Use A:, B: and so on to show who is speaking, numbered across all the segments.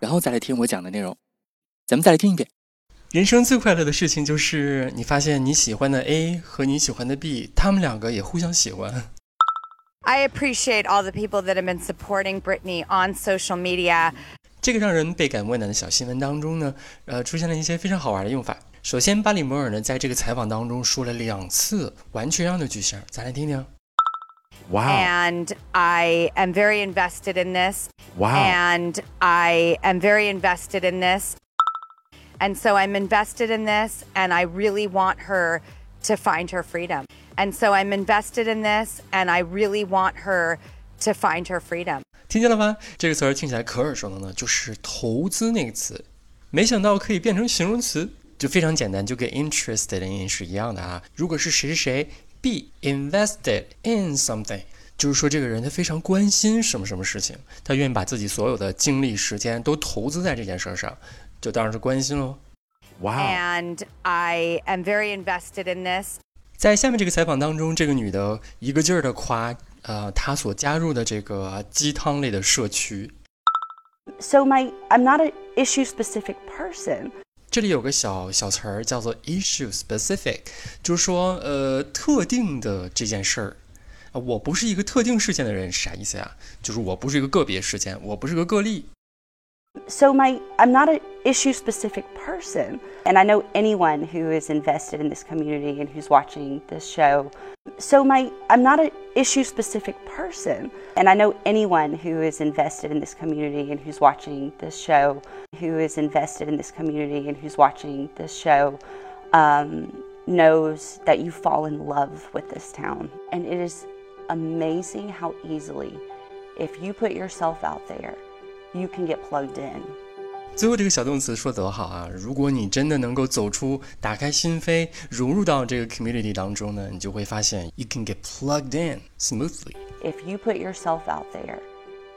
A: 然后再来听我讲的内容。咱们再来听一遍。
B: 人生最快乐的事情就是你发现你喜欢的 A 和你喜欢的 B，他们两个也互相喜欢。
C: I appreciate all the people that have been supporting Brittany on social media.
B: 这个让人倍感温暖的小新闻当中呢，呃，出现了一些非常好玩的用法。首先，巴里摩尔呢在这个采访当中说了两次完全让的句型，咱来听听。
C: 哦哎
D: Wow.
C: And I am very invested in this. 哎
D: Wow.
C: And I am very invested in this. And so I'm invested in this, and I really want her to find her freedom. And so I'm invested in this, and I really want her to find her freedom.
B: 听见了吧？这个词儿听起来可耳熟能呢，就是投资那个词，没想到可以变成形容词，就非常简单，就跟 interested in 是一样的啊。如果是谁谁谁 be invested in something，就是说这个人他非常关心什么什么事情，他愿意把自己所有的精力、时间都投资在这件事儿上，就当然是关心喽。
D: Wow.
C: And I am very invested in this,
B: 在下面这个采访当中，这个女的一个劲儿的夸，呃，她所加入的这个鸡汤类的社区，
E: So my I'm not an issue specific person.
B: 这里有个小小词儿叫做 issue specific，就是说呃特定的这件事儿。啊，我不是一个特定事件的人，啥意思呀？就是我不是一个个别事件，我不是个个例。
E: So my I'm not an issue specific person. And I know anyone who is invested in this community and who's watching this show. So my I'm not an issue specific person. And I know anyone who is invested in this community and who's watching this show, who is invested in this community and who's watching this show. Um, knows that you fall in love with this town. And it is amazing how easily, if you put yourself out there, you can get plugged in.
B: 最后这个小动词说得好啊！如果你真的能够走出、打开心扉，融入到这个 community 当中呢，你就会发现 you can get plugged in smoothly。
E: If you put yourself out there,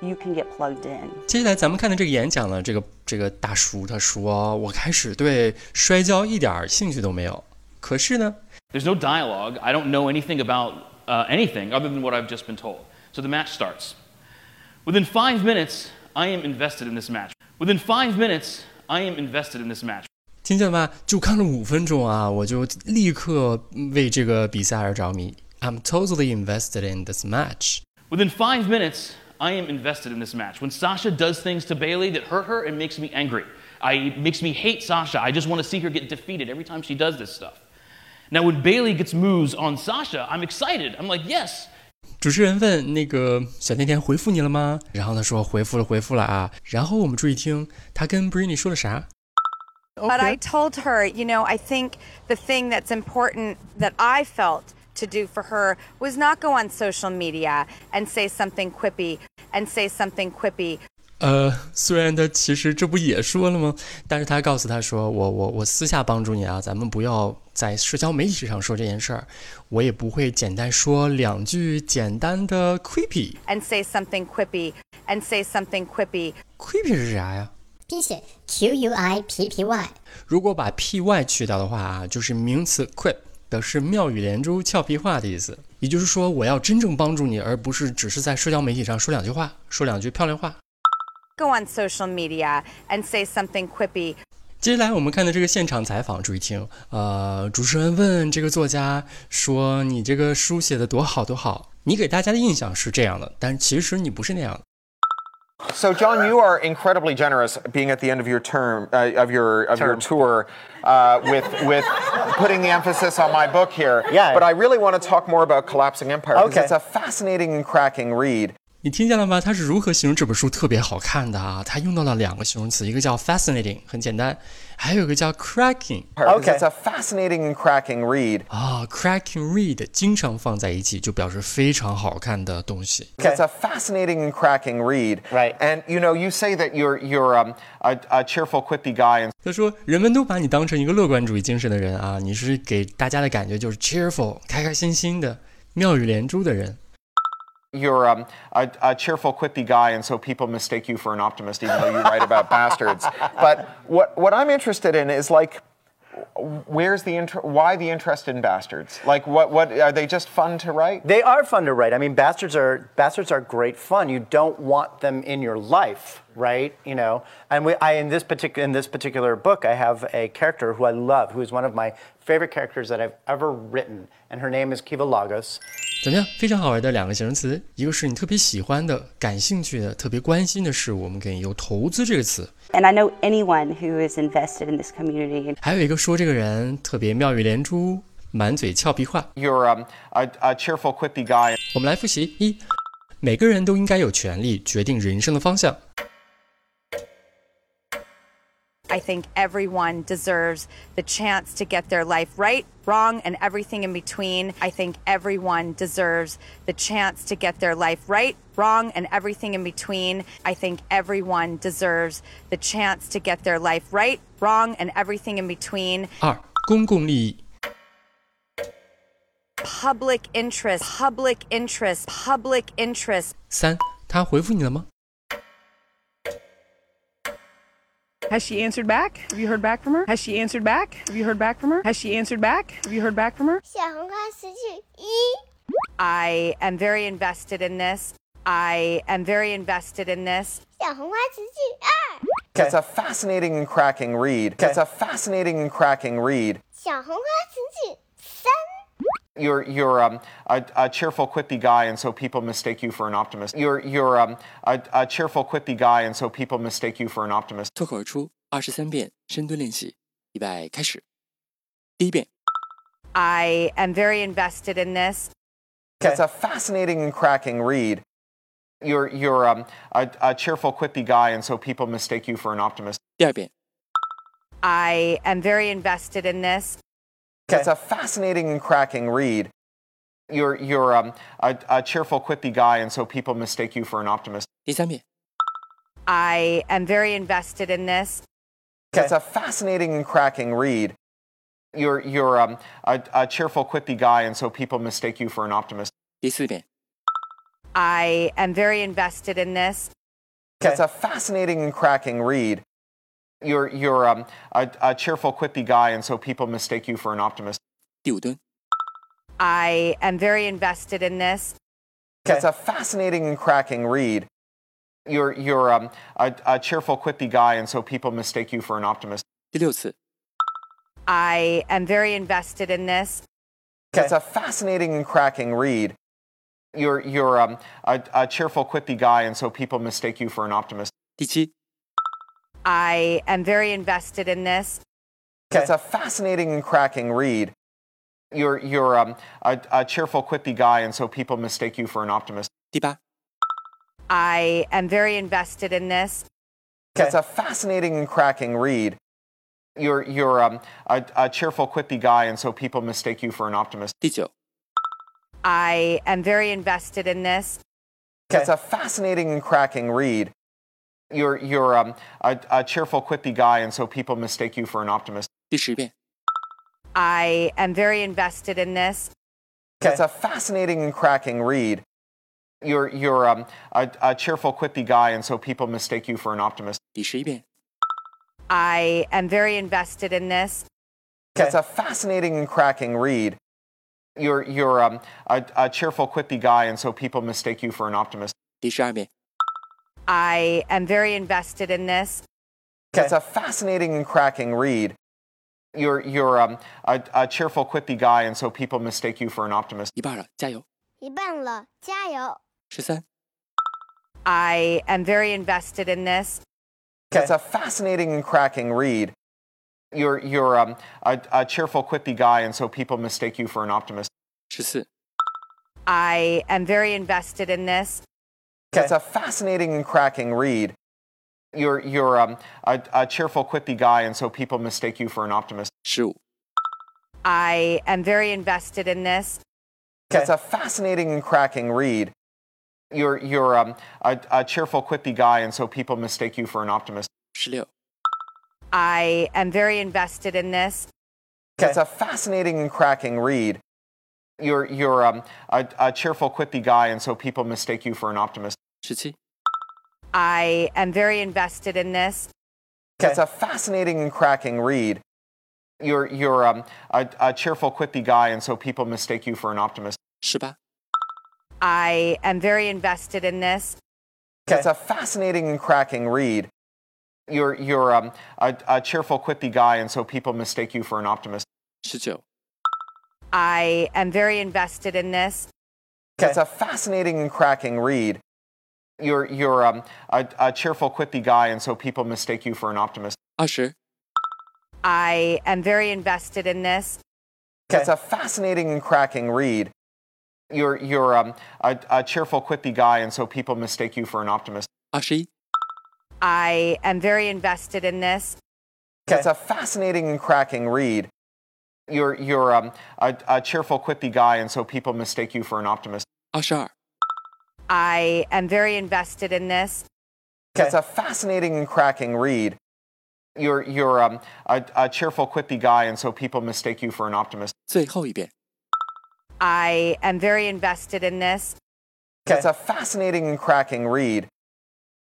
E: you can get plugged in.
B: 接下来咱们看的这个演讲呢，这个这个大叔他说，我开始对摔跤一点儿兴趣都没有，可是呢，
F: There's no dialogue. I don't know anything about uh, anything other than what I've just been told. So the match starts. Within five minutes, I am invested in this match. Within five minutes, I am invested in this match.
B: 听见了吧？就看了五分钟啊，我就立刻为这个比赛而着迷。I'm totally invested in this match。
F: Within five minutes, I am invested in this match. When Sasha does things to Bailey that hurt her, it makes me angry. I, it makes me hate Sasha. I just want to see her get defeated every time she does this stuff. Now, when Bailey gets moves on Sasha, I'm excited. I'm like, yes,
B: 主持人问那个小甜甜回复你了吗？然后他说回复了，回复了啊。然后我们注意听，他跟 Britney 说了啥
C: But I told her, you know, I think the thing that's important that I felt to do for her was not go on social media and say something quippy and say something quippy.
B: 呃，虽然他其实这不也说了吗？但是他告诉他说，我我我私下帮助你啊，咱们不要在社交媒体上说这件事儿，我也不会简单说两句简单的 creepy。
C: and say something quippy and say something quippy.
B: creepy 是啥呀？
G: 拼写 Q U I P P Y。
B: 如果把 py 去掉的话啊，就是名词 quip 的是妙语连珠、俏皮话的意思。也就是说，我要真正帮助你，而不是只是在社交媒体上说两句话，说两句漂亮话。
C: Go on social media and say something quippy.
B: 接下来我们看的这个现场采访，注意听。呃，主持人问这个作家说：“你这个书写的多好多好，你给大家的印象是这样的，但其实你不是那样的。
H: So, John, you are incredibly generous being at the end of your term uh, of your of your tour uh, with with putting the emphasis on my book here.
D: Yeah.
H: But I really want to talk more about collapsing empire because
D: Okay.
H: it's a fascinating and cracking read.
B: 你听见了吗？他是如何形容这本书特别好看的啊？他用到了两个形容词，一个叫 fascinating，很简单，还有一个叫 cracking。
H: Okay. It's a fascinating and cracking read.
B: 啊，cracking read 经常放在一起就表示非常好看的东西。
H: It's a fascinating and cracking read.
I: Right.
H: And you know, you say that you're you're um, a, a cheerful, quippy guy, and
B: 他说，人们都把你当成一个乐观主义精神的人啊，你是给大家的感觉就是 cheerful，开开心心的，妙语连珠的人。
H: you're um, a, a cheerful, quippy guy, and so people mistake you for an optimist, even though you write about bastards. But what what I'm interested in is like. Where's the inter- why the interest in bastards? Like what what are they just fun to write?
I: They are fun to write. I mean, bastards are bastards are great fun. You don't want them in your life, right? You know. And we, I in this particular in this particular book, I have a character who I love, who is one of my favorite characters that I've ever written, and her name is Kiva Lagos.
B: 怎么样？非常好玩的两个形容词，一个是你特别喜欢的、感兴趣的、特别关心的事物，我们可以用“投资”这个词；
E: And I know anyone who is invested in this community and
B: 还有一个说这个人特别妙语连珠、满嘴俏皮话。
H: You're um, a, a cheerful, quippy guy,
B: 我们来复习：一，每个人都应该有权利决定人生的方向。
C: I think everyone deserves the chance to get their life right, wrong, and everything in between. I think everyone deserves the chance to get their life right, wrong, and everything in between. I think everyone deserves the chance to get their life right, wrong, and everything in between.
B: 二，公共利益。
C: Public interest, public interest, public interest.
B: 三，他回复你了吗？
J: Has she answered back? Have you heard back from her? Has she answered back? Have you heard back from her? Has she answered back? Have you heard back from her?
K: 小红花词句一，
C: I am very invested in this. I am very invested in this.
K: 小红花词句二，
H: It's a fascinating and cracking read. It's a fascinating and cracking read.
K: 小红花词句三，
H: You're you're um, a, a cheerful, quippy guy, and so people mistake you for an optimist. You're you're um, a, a cheerful, quippy guy, and so people mistake you for an optimist.
A: 脱口而出二十三遍深蹲练习，预备开始。第一遍，
C: I am very invested in this.
H: It's a fascinating and cracking read. You're you're um, a, a cheerful, quippy guy, and so people mistake you for an optimist.
A: 第二遍，
C: I am very invested in this.
H: It's a fascinating and cracking read. You're you're um, a, a cheerful, quippy guy, and so people mistake you for an optimist.
A: 第三遍，
C: I am very invested in this.
H: It's a fascinating and cracking read. You're you're um, a, a cheerful, quippy guy, and so people mistake you for an optimist.
A: 第四遍，
C: I am very invested in this.
H: It's a fascinating and cracking read. You're you're um, a, a cheerful, quippy guy, and so people mistake you for an optimist.
A: 第五蹲，
C: I am very invested in this.
H: It's a fascinating and cracking read. You're you're um, a, a cheerful, quippy guy, and so people mistake you for an optimist.
A: 第六次，
C: I am very invested in this.
H: It's a fascinating and cracking read. You're you're um, a, a cheerful, quippy guy, and so people mistake you for an optimist.
A: 第七，
C: I am very invested in this.
H: It's a fascinating and cracking read. You're you're um, a, a cheerful, quippy guy, and so people mistake you for an optimist.
A: 第八，
C: I am very invested in this.
H: It's a fascinating and cracking read. You're you're um, a, a cheerful, quippy guy, and so people mistake you for an optimist.
A: 第九，
C: I am very invested in this.
H: It's a fascinating and cracking read. You're you're um, a, a cheerful, quippy guy, and so people mistake you for an optimist.
A: 第十遍，
C: I am very invested in this.
H: It's a fascinating and cracking read. You're you're um, a, a cheerful, quippy guy, and so people mistake you for an optimist.
A: 第十一遍，
C: I am very invested in this.
H: It's a fascinating and cracking read. You're you're um, a, a cheerful, quippy guy, and so people mistake you for an optimist.
A: 第十二遍，
C: I am very invested in this.
H: It's a fascinating and cracking read. You're you're um, a, a cheerful, quippy guy, and so people mistake you for an optimist.
A: 一半了，加油！
L: 一半了，加油！
A: 十三、
C: I am very invested in this.
H: It's a fascinating and cracking read. You're you're um, a, a cheerful, quippy guy, and so people mistake you for an optimist.
A: 十四、
C: I am very invested in this.
H: It's a fascinating and cracking read. You're, you're um, a, a cheerful, quippy guy, and so people mistake you for an optimist.
A: Shoot.
C: I am very invested in this.
H: It's a fascinating and cracking read. You're, you're um, a, a cheerful, quippy guy, and so people mistake you for an optimist.
A: 16.
C: I am very invested in this.
H: It's a fascinating and cracking read. You're, you're um, a, a cheerful, quippy guy, and so people mistake you for an optimist.
A: 17.
C: I am very invested in this.
H: It's a fascinating and cracking read. You're, you're um, a, a cheerful, quippy guy, and so people mistake you for an optimist.
A: 18.
C: I am very invested in this.
H: It's a fascinating and cracking read. You're, you're um, a, a cheerful, quippy guy, and so people mistake you for an optimist.
A: 19.
C: I am very invested in this.
H: It's a fascinating and cracking read. You're, you're um, a, a cheerful, quippy guy, and so people mistake you for an optimist.
A: 20.
C: I am very invested in this.
H: It's a fascinating and cracking read. You're, you're um, a, a cheerful, quippy guy, and so people mistake you for an optimist.
A: 21.
C: I am very invested in this.
H: It's a fascinating and cracking read. You're, you're um, a, a cheerful, quippy guy, and so people mistake you for an optimist.
A: 22.
C: I am very invested in this.
H: It's a fascinating and cracking read. You're, you're um, a, a cheerful, quippy guy, and so people mistake you for an optimist.
A: 最后一遍。
C: I am very invested in this.
H: It's a fascinating and cracking read.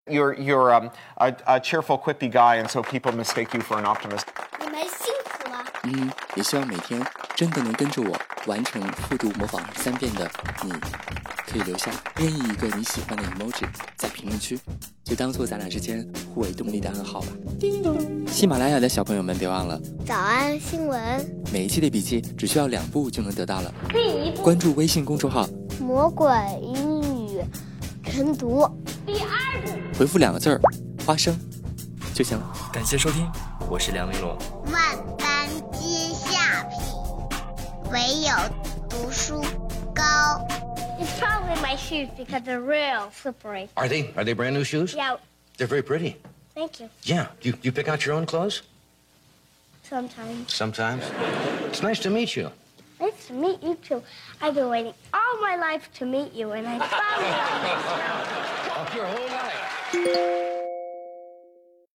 H: You're, you're um, a, a cheerful, quippy guy, and so people mistake you for an optimist.
K: 你们辛苦了。
L: 啊
A: 嗯，也希望每天真的能跟着我完成复读模仿二十三遍的你，可以留下任意一个你喜欢的 emoji 在评论区，就当做咱俩之间互为动力的暗号吧。
L: 叮咚，
A: 喜马拉雅的小朋友们，别忘了
L: 早安新闻，
A: 每一期的笔记只需要两步就能得到了。
L: 第一
A: 关注微信公众号，
L: 魔鬼英语晨读，第二步，
A: 回复两个字儿“花生”就行了。感谢收听，我是梁丽罗。
K: 万般皆下品，唯有读书高。
M: It's probably my shoes because they're real slippery.
N: Are they? Are they brand new shoes?
M: Yeah,
N: They're very pretty.
M: thank you.
N: Yeah. You, you pick out your own clothes?
M: Sometimes.
N: Sometimes. It's nice to meet you.
M: Nice to meet you too. I've been waiting all my life to meet you, and I finally.
N: Your whole life.